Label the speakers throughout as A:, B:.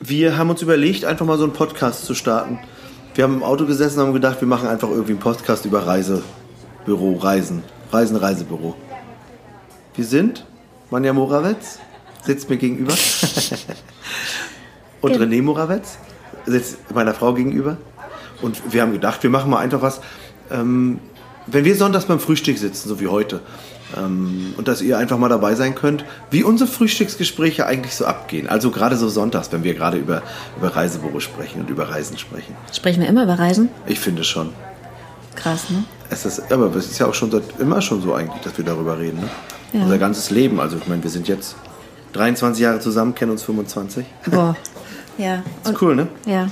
A: wir haben uns überlegt, einfach mal so einen Podcast zu starten. Wir haben im Auto gesessen und haben gedacht, wir machen einfach irgendwie einen Podcast über Reisebüro, Reisen. Reisen, Reisebüro. Wir sind Manja Morawetz, sitzt mir gegenüber. und
B: Genau.
A: René Morawetz sitzt meiner Frau gegenüber. Und wir haben gedacht, wir machen mal einfach was. Ähm, wenn wir sonntags beim Frühstück sitzen, so wie heute, ähm, und dass ihr einfach mal dabei sein könnt, wie unsere Frühstücksgespräche eigentlich so abgehen. Also gerade so sonntags, wenn wir gerade über, über Reisebüro sprechen und über Reisen sprechen.
B: Sprechen wir immer über Reisen?
A: Ich finde schon.
B: Krass, ne?
A: Es ist, aber es ist ja auch schon seit immer schon so eigentlich, dass wir darüber reden. Ne?
B: Ja.
A: Unser ganzes Leben. Also ich meine, wir sind jetzt 23 Jahre zusammen, kennen uns 25.
B: Boah. ja. Und,
A: Ist cool, ne?
B: ja.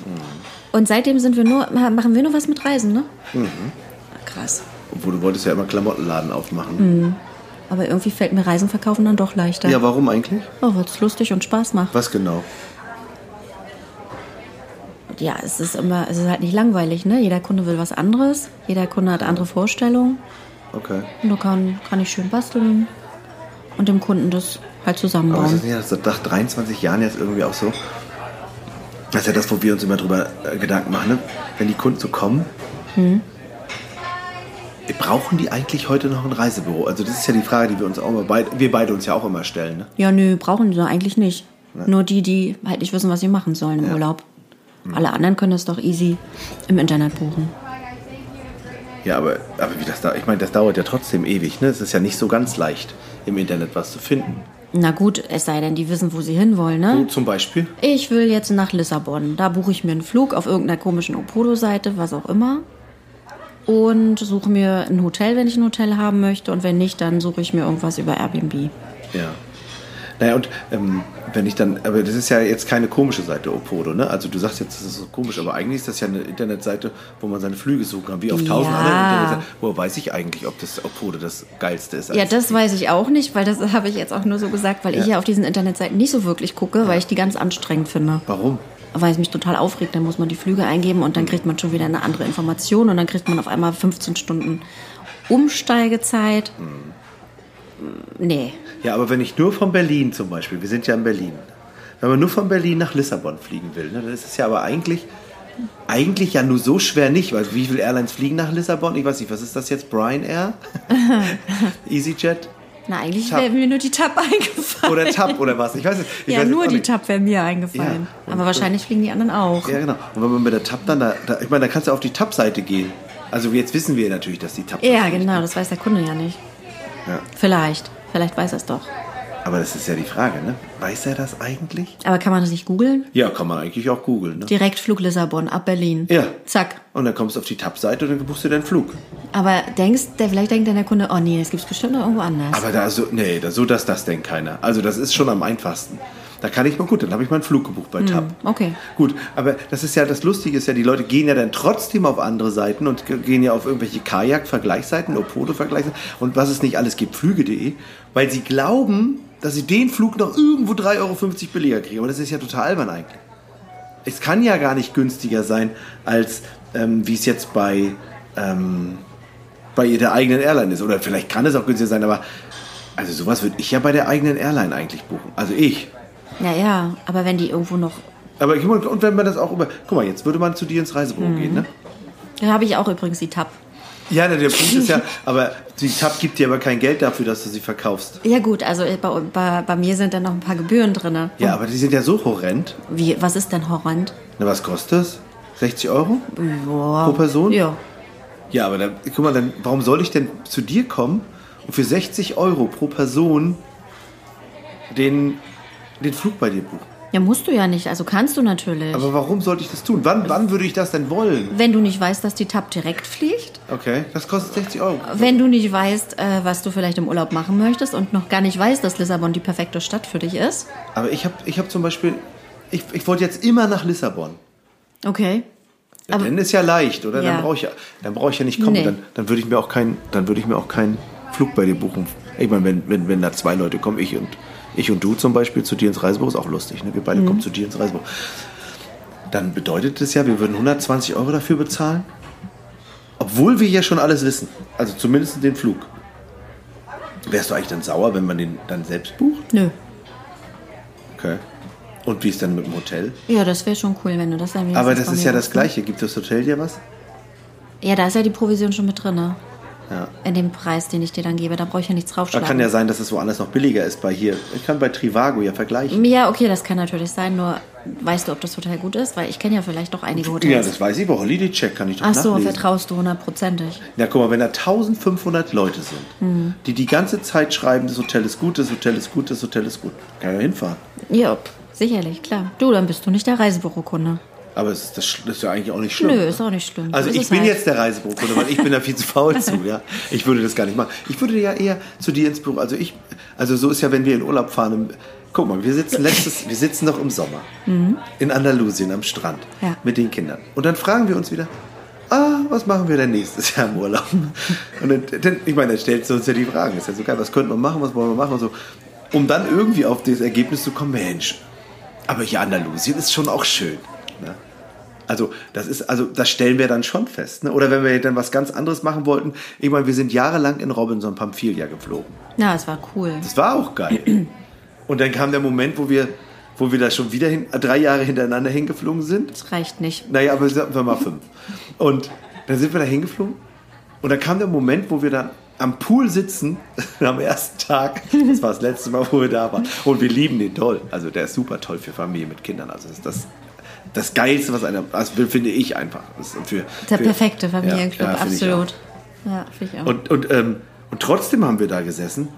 B: Und seitdem sind wir nur, machen wir nur was mit Reisen, ne? Mhm. Krass.
A: Obwohl du wolltest ja immer Klamottenladen
B: Mhm,
A: aufmachen.
B: Aber irgendwie fällt mir Reisen verkaufen dann doch leichter.
A: Ja, warum eigentlich?
B: Oh, weil es lustig und Spaß macht.
A: Was genau?
B: Ja, es ist immer, es ist halt nicht langweilig, ne? Jeder Kunde will was anderes, jeder Kunde hat andere Vorstellungen.
A: Okay.
B: Und da kann, kann ich schön basteln und dem Kunden das halt
A: Aber ist
B: zusammenbauen.
A: das nicht, dass das nach 23 Jahren jetzt irgendwie auch so. Das ist ja das, wo wir uns immer drüber äh, Gedanken machen, ne? Wenn die Kunden so kommen. Brauchen die eigentlich heute noch ein Reisebüro? Also das ist ja die Frage, die wir uns auch immer beide, wir beide uns ja auch immer stellen. Ne?
B: Ja, nö, brauchen die doch eigentlich nicht. Nur die, die halt nicht wissen, was sie machen sollen im Urlaub. Alle anderen können das doch easy im Internet buchen.
A: Ja, aber, aber wie das da, ich meine, das dauert ja trotzdem ewig, ne? Es ist ja nicht so ganz leicht, im Internet was zu finden.
B: Na gut, es sei denn, die wissen, wo sie hinwollen,
A: Du
B: ne?
A: zum Beispiel?
B: Ich will jetzt nach Lissabon. Da buche ich mir einen Flug auf irgendeiner komischen Opodo-Seite, was auch immer. Und suche mir ein Hotel, wenn ich ein Hotel haben möchte. Und wenn nicht, dann suche ich mir irgendwas über Airbnb.
A: Ja. Naja, und ähm, wenn ich dann, aber das ist ja jetzt keine komische Seite, Opodo, ne? Also du sagst jetzt, das ist so komisch, aber eigentlich ist das ja eine Internetseite, wo man seine Flüge suchen kann, wie auf tausend
B: Ja.
A: anderen Internetseiten. Woher weiß ich eigentlich, ob das Opodo das Geilste ist?
B: Ja, das weiß ich auch nicht, weil das habe ich jetzt auch nur so gesagt, weil ich ja auf diesen Internetseiten nicht so wirklich gucke, weil ich die ganz anstrengend finde.
A: Warum?
B: Weil es mich total aufregt, dann muss man die Flüge eingeben und
A: Mhm.
B: dann kriegt man schon wieder eine andere Information und dann kriegt man auf einmal 15 Stunden Umsteigezeit.
A: Mhm.
B: Nee.
A: Ja, aber wenn ich nur von Berlin zum Beispiel, wir sind ja in Berlin, wenn man nur von Berlin nach Lissabon fliegen will, ne, dann ist es ja aber eigentlich, eigentlich ja nur so schwer nicht, weil wie viele Airlines fliegen nach Lissabon? Ich weiß nicht, was ist das jetzt? Brian Air? EasyJet?
B: Na, eigentlich
A: Tab.
B: wäre mir nur die TAP eingefallen.
A: Oder TAP oder was? Ich weiß es ich
B: ja,
A: weiß es
B: nur
A: auch
B: die
A: nicht.
B: TAP wäre mir eingefallen.
A: Ja, und
B: Aber
A: so.
B: wahrscheinlich fliegen die anderen auch.
A: Ja, genau. Und wenn man mit der TAP dann da, da ich meine, da kannst du auf die TAP-Seite gehen. Also jetzt wissen wir natürlich, dass die TAP.
B: Ja, genau, das weiß der Kunde ja nicht.
A: Ja.
B: Vielleicht. Vielleicht weiß er es doch.
A: Aber das ist ja die Frage, ne? Weiß er das eigentlich?
B: Aber kann man das nicht googeln?
A: Ja, kann man eigentlich auch googeln, ne?
B: Direktflug Lissabon ab Berlin.
A: Ja.
B: Zack.
A: Und dann kommst du auf die TAP-Seite und dann buchst du deinen Flug.
B: Aber denkst, der, vielleicht denkt dann der Kunde, oh nee, das gibt's bestimmt noch irgendwo anders.
A: Aber da so, nee, da, so dass das denkt keiner. Also das ist schon am einfachsten. Da kann ich mal gut, dann habe ich meinen Flug gebucht
B: Hm.
A: bei TAP.
B: okay.
A: Gut, aber das ist ja das Lustige ist ja, die Leute gehen ja dann trotzdem auf andere Seiten und ge- gehen ja auf irgendwelche Kajak-Vergleichsseiten, Opodo-Vergleichsseiten und was es nicht alles gibt, Flüge.de, weil sie glauben, dass sie den Flug noch irgendwo 3,50 Euro billiger kriegen. Aber das ist ja total albern eigentlich. Es kann ja gar nicht günstiger sein, als ähm, wie es jetzt bei, ähm, bei der eigenen Airline ist. Oder vielleicht kann es auch günstiger sein, aber also sowas würde ich ja bei der eigenen Airline eigentlich buchen. Also ich.
B: Ja, ja, aber wenn die irgendwo noch.
A: Aber ich, und wenn man das auch über. Guck mal, jetzt würde man zu dir ins Reisebüro gehen, ne?
B: Da habe ich auch übrigens die TAP.
A: Ja, ne, der Punkt ist ja, aber die TAP gibt dir aber kein Geld dafür, dass du sie verkaufst.
B: Ja, gut, also bei, bei, bei mir sind dann noch ein paar Gebühren drin. ne?
A: Ja, aber die sind ja so horrend.
B: Wie, was ist denn horrend?
A: Na, was kostet das? 60 Euro?
B: Boah.
A: Pro Person?
B: Ja.
A: Ja, aber dann, guck mal, dann, warum soll ich denn zu dir kommen und für 60 Euro pro Person den, den Flug bei dir buchen?
B: Ja, musst du ja nicht, also kannst du natürlich.
A: Aber warum sollte ich das tun? Wann, wann würde ich das denn wollen?
B: wenn du nicht weißt, dass die TAP direkt fliegt,
A: Okay, das kostet 60 Euro.
B: wenn du nicht weißt, äh, was du vielleicht im Urlaub machen möchtest und noch gar nicht weißt, dass Lissabon die perfekte Stadt für dich ist.
A: Aber ich habe ich hab zum Beispiel, ich, ich wollte jetzt immer nach Lissabon.
B: Okay.
A: Ja,
B: Aber-
A: dann ist ja leicht, oder?
B: Ja.
A: Dann brauche ich, ja- dann brauche ich ja nicht kommen.
B: Nee.
A: Dann, dann würde ich mir auch keinen, dann würde ich mir auch keinen Flug bei dir buchen. Ich meine, wenn, wenn, wenn da zwei Leute kommen, ich und ich und du zum Beispiel zu dir ins Reisebüro ist auch lustig. Ne? Wir beide
B: Mhm.
A: kommen zu dir ins Reisebüro. Dann bedeutet das ja, wir würden 120 Euro dafür bezahlen, obwohl wir ja schon alles wissen. Also zumindest den Flug. Wärst du eigentlich dann sauer, wenn man den dann selbst bucht?
B: Nö.
A: Okay. Und wie ist dann mit dem Hotel?
B: Ja, das wäre schon cool, wenn du das erwähnst.
A: Aber das
B: bei
A: ist
B: mir
A: ja das
B: machst.
A: Gleiche. Gibt das Hotel dir was?
B: Ja, da ist ja die Provision schon mit drin. Ne?
A: Ja.
B: In dem Preis, den ich dir dann gebe. Da brauche ich ja nichts
A: Da
B: draufschlagen.
A: kann ja sein, dass es woanders noch billiger ist bei hier. Ich kann bei Trivago ja vergleichen.
B: Ja, okay, das kann natürlich sein. Nur weißt du, ob das Hotel gut ist? Weil ich kenne ja vielleicht doch einige
A: Ja,
B: Hotels.
A: das weiß ich, aber Holiday Check kann ich doch
B: Ach so,
A: nachlesen.
B: vertraust du hundertprozentig.
A: Na guck mal, wenn da 1500 Leute sind,
B: Hm.
A: die die ganze Zeit schreiben, das Hotel ist gut, das Hotel ist gut, das Hotel ist gut, kann ja hinfahren.
B: Ja, pf, sicherlich, klar. Du, dann bist du nicht der Reisebürokunde.
A: Aber es ist, das, sch- das ist ja eigentlich auch nicht schlimm.
B: Nö, ist auch nicht schlimm.
A: Also
B: So ist
A: ich
B: es
A: bin
B: halt.
A: jetzt der Reisebürokunde, weil ich bin da viel zu faul zu, ja. Ich würde das gar nicht machen. Ich würde ja eher zu dir ins Büro, also ich, also so ist ja, wenn wir in Urlaub fahren, im, guck mal, wir sitzen letztes, wir sitzen noch im Sommer in Andalusien am Strand
B: Mhm. Ja.
A: mit den Kindern. Und dann fragen wir uns wieder, ah, was machen wir denn nächstes Jahr im Urlaub? Und dann, dann ich meine, dann stellst du uns ja die Fragen, ist ja so geil, was könnte man machen, was wollen wir machen und so. Um dann irgendwie auf das Ergebnis zu kommen, Mensch, aber hier Andalusien ist schon auch schön. Ne? Also das ist, also das stellen wir dann schon fest. Ne? Oder wenn wir dann was ganz anderes machen wollten, ich meine, wir sind jahrelang in Robinson Pamphilia geflogen.
B: Ja, es war cool.
A: Das war auch geil. Und dann kam der Moment, wo wir, wo wir da schon wieder hin, drei Jahre hintereinander hingeflogen sind.
B: Das reicht nicht.
A: Naja, aber sagen wir mal fünf. Und dann sind wir da hingeflogen. Und dann kam der Moment, wo wir dann am Pool sitzen, am ersten Tag. Das war das letzte Mal, wo wir da waren. Und wir lieben den toll. Also der ist super toll für Familie mit Kindern. Also das ist das, das Geilste, was einer, also finde ich einfach. Das ist für,
B: Der
A: für-
B: perfekte Familienclub,
A: ja, finde ich auch.
B: absolut. Ja, finde ich auch.
A: Und, und, ähm, und trotzdem haben wir da gesessen.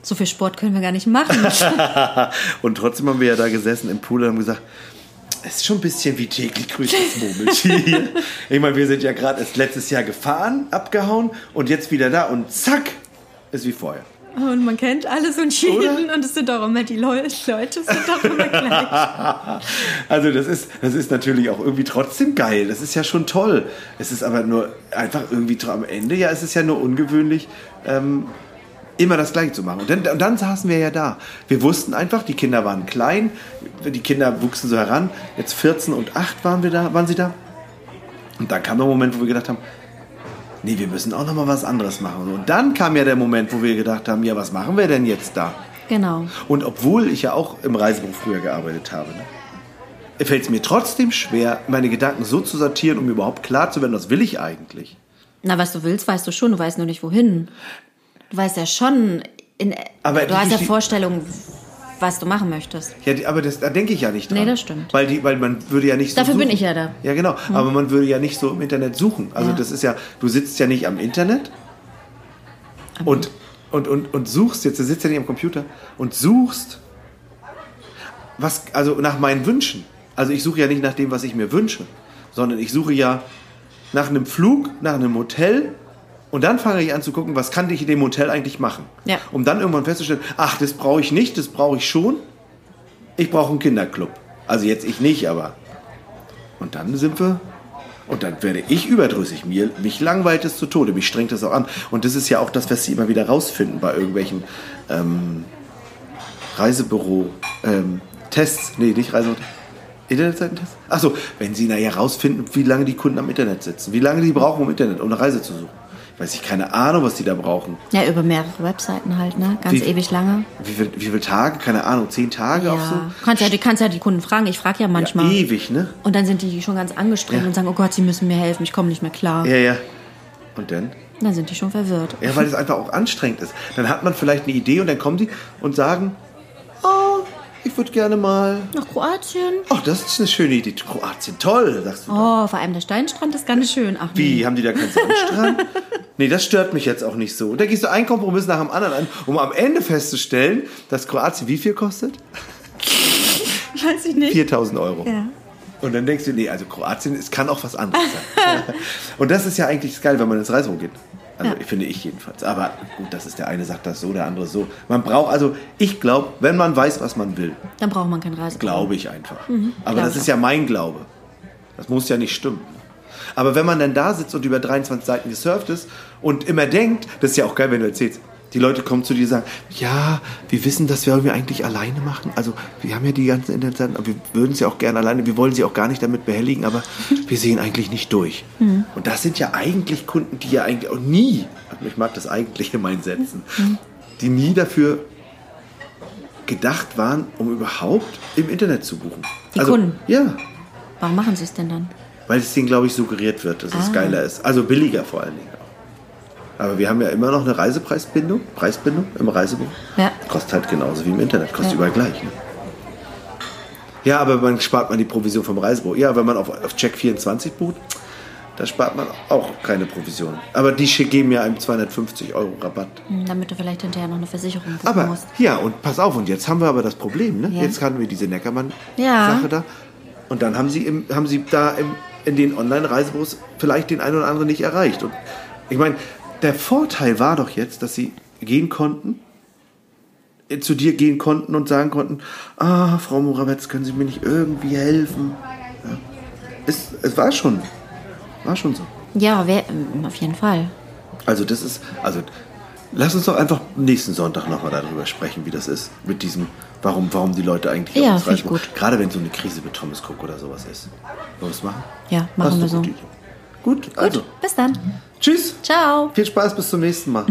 B: so viel Sport können wir gar nicht machen.
A: Und trotzdem haben wir ja da gesessen im Pool und haben gesagt, es ist schon ein bisschen wie täglich grüßtes Murmeltier. ich meine, wir sind ja gerade erst letztes Jahr gefahren, abgehauen und jetzt wieder da und zack, ist wie vorher.
B: und man kennt alles und jeden
A: Oder?
B: und es sind auch immer die Leu Leute, sind auch immer gleich.
A: Also das ist, das ist natürlich auch irgendwie trotzdem geil. Das ist ja schon toll. Es ist aber nur einfach irgendwie tro- am Ende, ja, es ist ja nur ungewöhnlich, ähm, immer das Gleiche zu machen. Und dann, und dann saßen wir ja da. Wir wussten einfach, die Kinder waren klein, die Kinder wuchsen so heran. Jetzt 14 und 8 waren wir da, waren sie da. Und dann kam der Moment, wo wir gedacht haben, nee, wir müssen auch noch mal was anderes machen. Und dann kam ja der Moment, wo wir gedacht haben, ja, was machen wir denn jetzt da?
B: Genau.
A: Und obwohl ich ja auch im Reisebuch früher gearbeitet habe, ne, fällt es mir trotzdem schwer, meine Gedanken so zu sortieren, um überhaupt klar zu werden, was will ich eigentlich.
B: Na, was du willst, weißt du schon, du weißt nur nicht wohin. Du weißt ja schon, in,
A: Aber
B: du hast ja
A: die-
B: Vorstellungen, was du machen möchtest.
A: Ja, die- aber das, da denke ich ja nicht dran.
B: Nee, das stimmt.
A: Weil, die, weil man würde ja nicht so
B: Dafür
A: suchen.
B: bin ich ja da. Hm.
A: Ja, genau. Aber man würde ja nicht so im Internet suchen. Also
B: Ja.
A: das ist ja, du sitzt ja nicht am Internet und, und, und, und suchst jetzt, du sitzt ja nicht am Computer und suchst was, also nach meinen Wünschen. Also ich suche ja nicht nach dem, was ich mir wünsche, sondern ich suche ja nach einem Flug, nach einem Hotel und dann fange ich an zu gucken, was kann ich in dem Hotel eigentlich machen.
B: Ja.
A: Um dann irgendwann festzustellen, ach, das brauche ich nicht, das brauche ich schon. Ich brauche einen Kinderclub. Also jetzt ich nicht, aber. Und dann sind wir. Und dann werde ich überdrüssig. Mir, mich langweilt es zu Tode. Mich strengt es auch an. Und das ist ja auch das, was sie immer wieder rausfinden bei irgendwelchen ähm, Reisebüro-Tests. ähm, nee, nicht Reise. Internetseitentests? Achso, wenn sie nachher rausfinden, wie lange die Kunden am Internet sitzen. Wie lange die brauchen, um Internet, um eine Reise zu suchen. Weiß ich keine Ahnung, was die da brauchen.
B: Ja, über mehrere Webseiten halt, ne? Ganz
A: Wie-
B: ewig lange.
A: Wie viel, wie viele Tage? Keine Ahnung, zehn Tage auf so?
B: Ja. Kannst ja, du kannst ja die Kunden fragen, ich frage ja manchmal.
A: Ewig, ne?
B: und dann sind die schon ganz angestrengt und sagen, oh Gott, sie müssen mir helfen, ich komme nicht mehr klar.
A: Ja, ja. Und dann?
B: Dann sind die schon verwirrt.
A: Ja, weil es einfach auch anstrengend ist. Dann hat man vielleicht eine Idee und dann kommen die und sagen, oh, ich würde gerne mal.
B: Nach Kroatien?
A: Oh, das ist eine schöne Idee. Kroatien, toll, sagst du.
B: Oh, vor allem der Steinstrand ist ganz schön. Ach nee.
A: Wie, haben die da keinen Sonnenstrand? nee, das stört mich jetzt auch nicht so. Da gehst du einen Kompromiss nach dem anderen an, um am Ende festzustellen, dass Kroatien wie viel kostet?
B: Weiß ich nicht.
A: 4000 Euro.
B: Ja.
A: Und dann denkst du, nee, also Kroatien, es kann auch was anderes sein. und das ist ja eigentlich das Geil, wenn man ins Reisebüro geht. Also
B: Ja.
A: finde ich jedenfalls. Aber gut, das ist der eine sagt das so, der andere so. Man braucht, also ich glaube, wenn man weiß, was man will,
B: Dann braucht man kein Reisebüro.
A: glaube ich einfach. Aber
B: Mhm. glaub
A: das
B: ich
A: ist ja mein Glaube. Das muss ja nicht stimmen. Aber wenn man dann da sitzt und über 23 Seiten gesurft ist und immer denkt, das ist ja auch geil, wenn du erzählst, die Leute kommen zu dir und sagen, ja, wir wissen, das werden wir eigentlich alleine machen. Also wir haben ja die ganzen Internetseiten, aber wir würden sie auch gerne alleine, wir wollen sie auch gar nicht damit behelligen, aber wir sehen eigentlich nicht durch.
B: Mhm.
A: Und das sind ja eigentlich Kunden, die ja eigentlich auch
B: Mhm.
A: nie, ich mag das eigentlich in meinen Sätzen, die nie dafür gedacht waren, um überhaupt im Internet zu buchen. Also,
B: Die Kunden?
A: Ja,
B: Warum machen sie es denn dann?
A: weil es denen, glaube ich, suggeriert wird, dass es
B: Ah.
A: geiler ist. Also billiger vor allen Dingen auch. Aber wir haben ja immer noch eine Reisepreisbindung, Preisbindung im Reisebuch.
B: Ja.
A: Kostet halt genauso wie im Internet, kostet
B: Ja.
A: überall gleich. Ne? Ja, aber man spart man die Provision vom Reisebuch. Ja, wenn man auf, auf Check 24 bucht, da spart man auch keine Provision. Aber die schick- geben ja einem 250 Euro Rabatt.
B: Hm, Damit du vielleicht hinterher noch eine Versicherung buchen
A: Aber
B: musst.
A: ja, und pass auf, und jetzt haben wir aber das Problem, ne?
B: Ja.
A: Jetzt hatten wir diese Neckermann-Sache
B: Ja.
A: da. Und dann haben sie, im, haben sie da im, in den Online-Reisebus vielleicht den einen oder anderen nicht erreicht. Und ich meine, der Vorteil war doch jetzt, dass sie gehen konnten, äh, zu dir gehen konnten und sagen konnten, ah, Frau Morawetz, können Sie mir nicht irgendwie helfen? Ja. Es, es war schon. War schon so.
B: Ja, wer, ähm, auf jeden Fall.
A: Also das ist, also lass uns doch einfach nächsten Sonntag nochmal darüber sprechen, wie das ist mit diesem, warum, warum die Leute eigentlich auf
B: Ja,
A: uns
B: finde ich
A: reisen.
B: gut.
A: Gerade wenn so eine Krise mit Thomas Cook oder sowas ist. Wollen wir es machen?
B: Ja, machen
A: Hast
B: wir
A: du
B: so.
A: gute Idee. Gut, also
B: Bis dann.
A: tschüss.
B: Ciao.
A: Viel Spaß, bis zum nächsten Mal.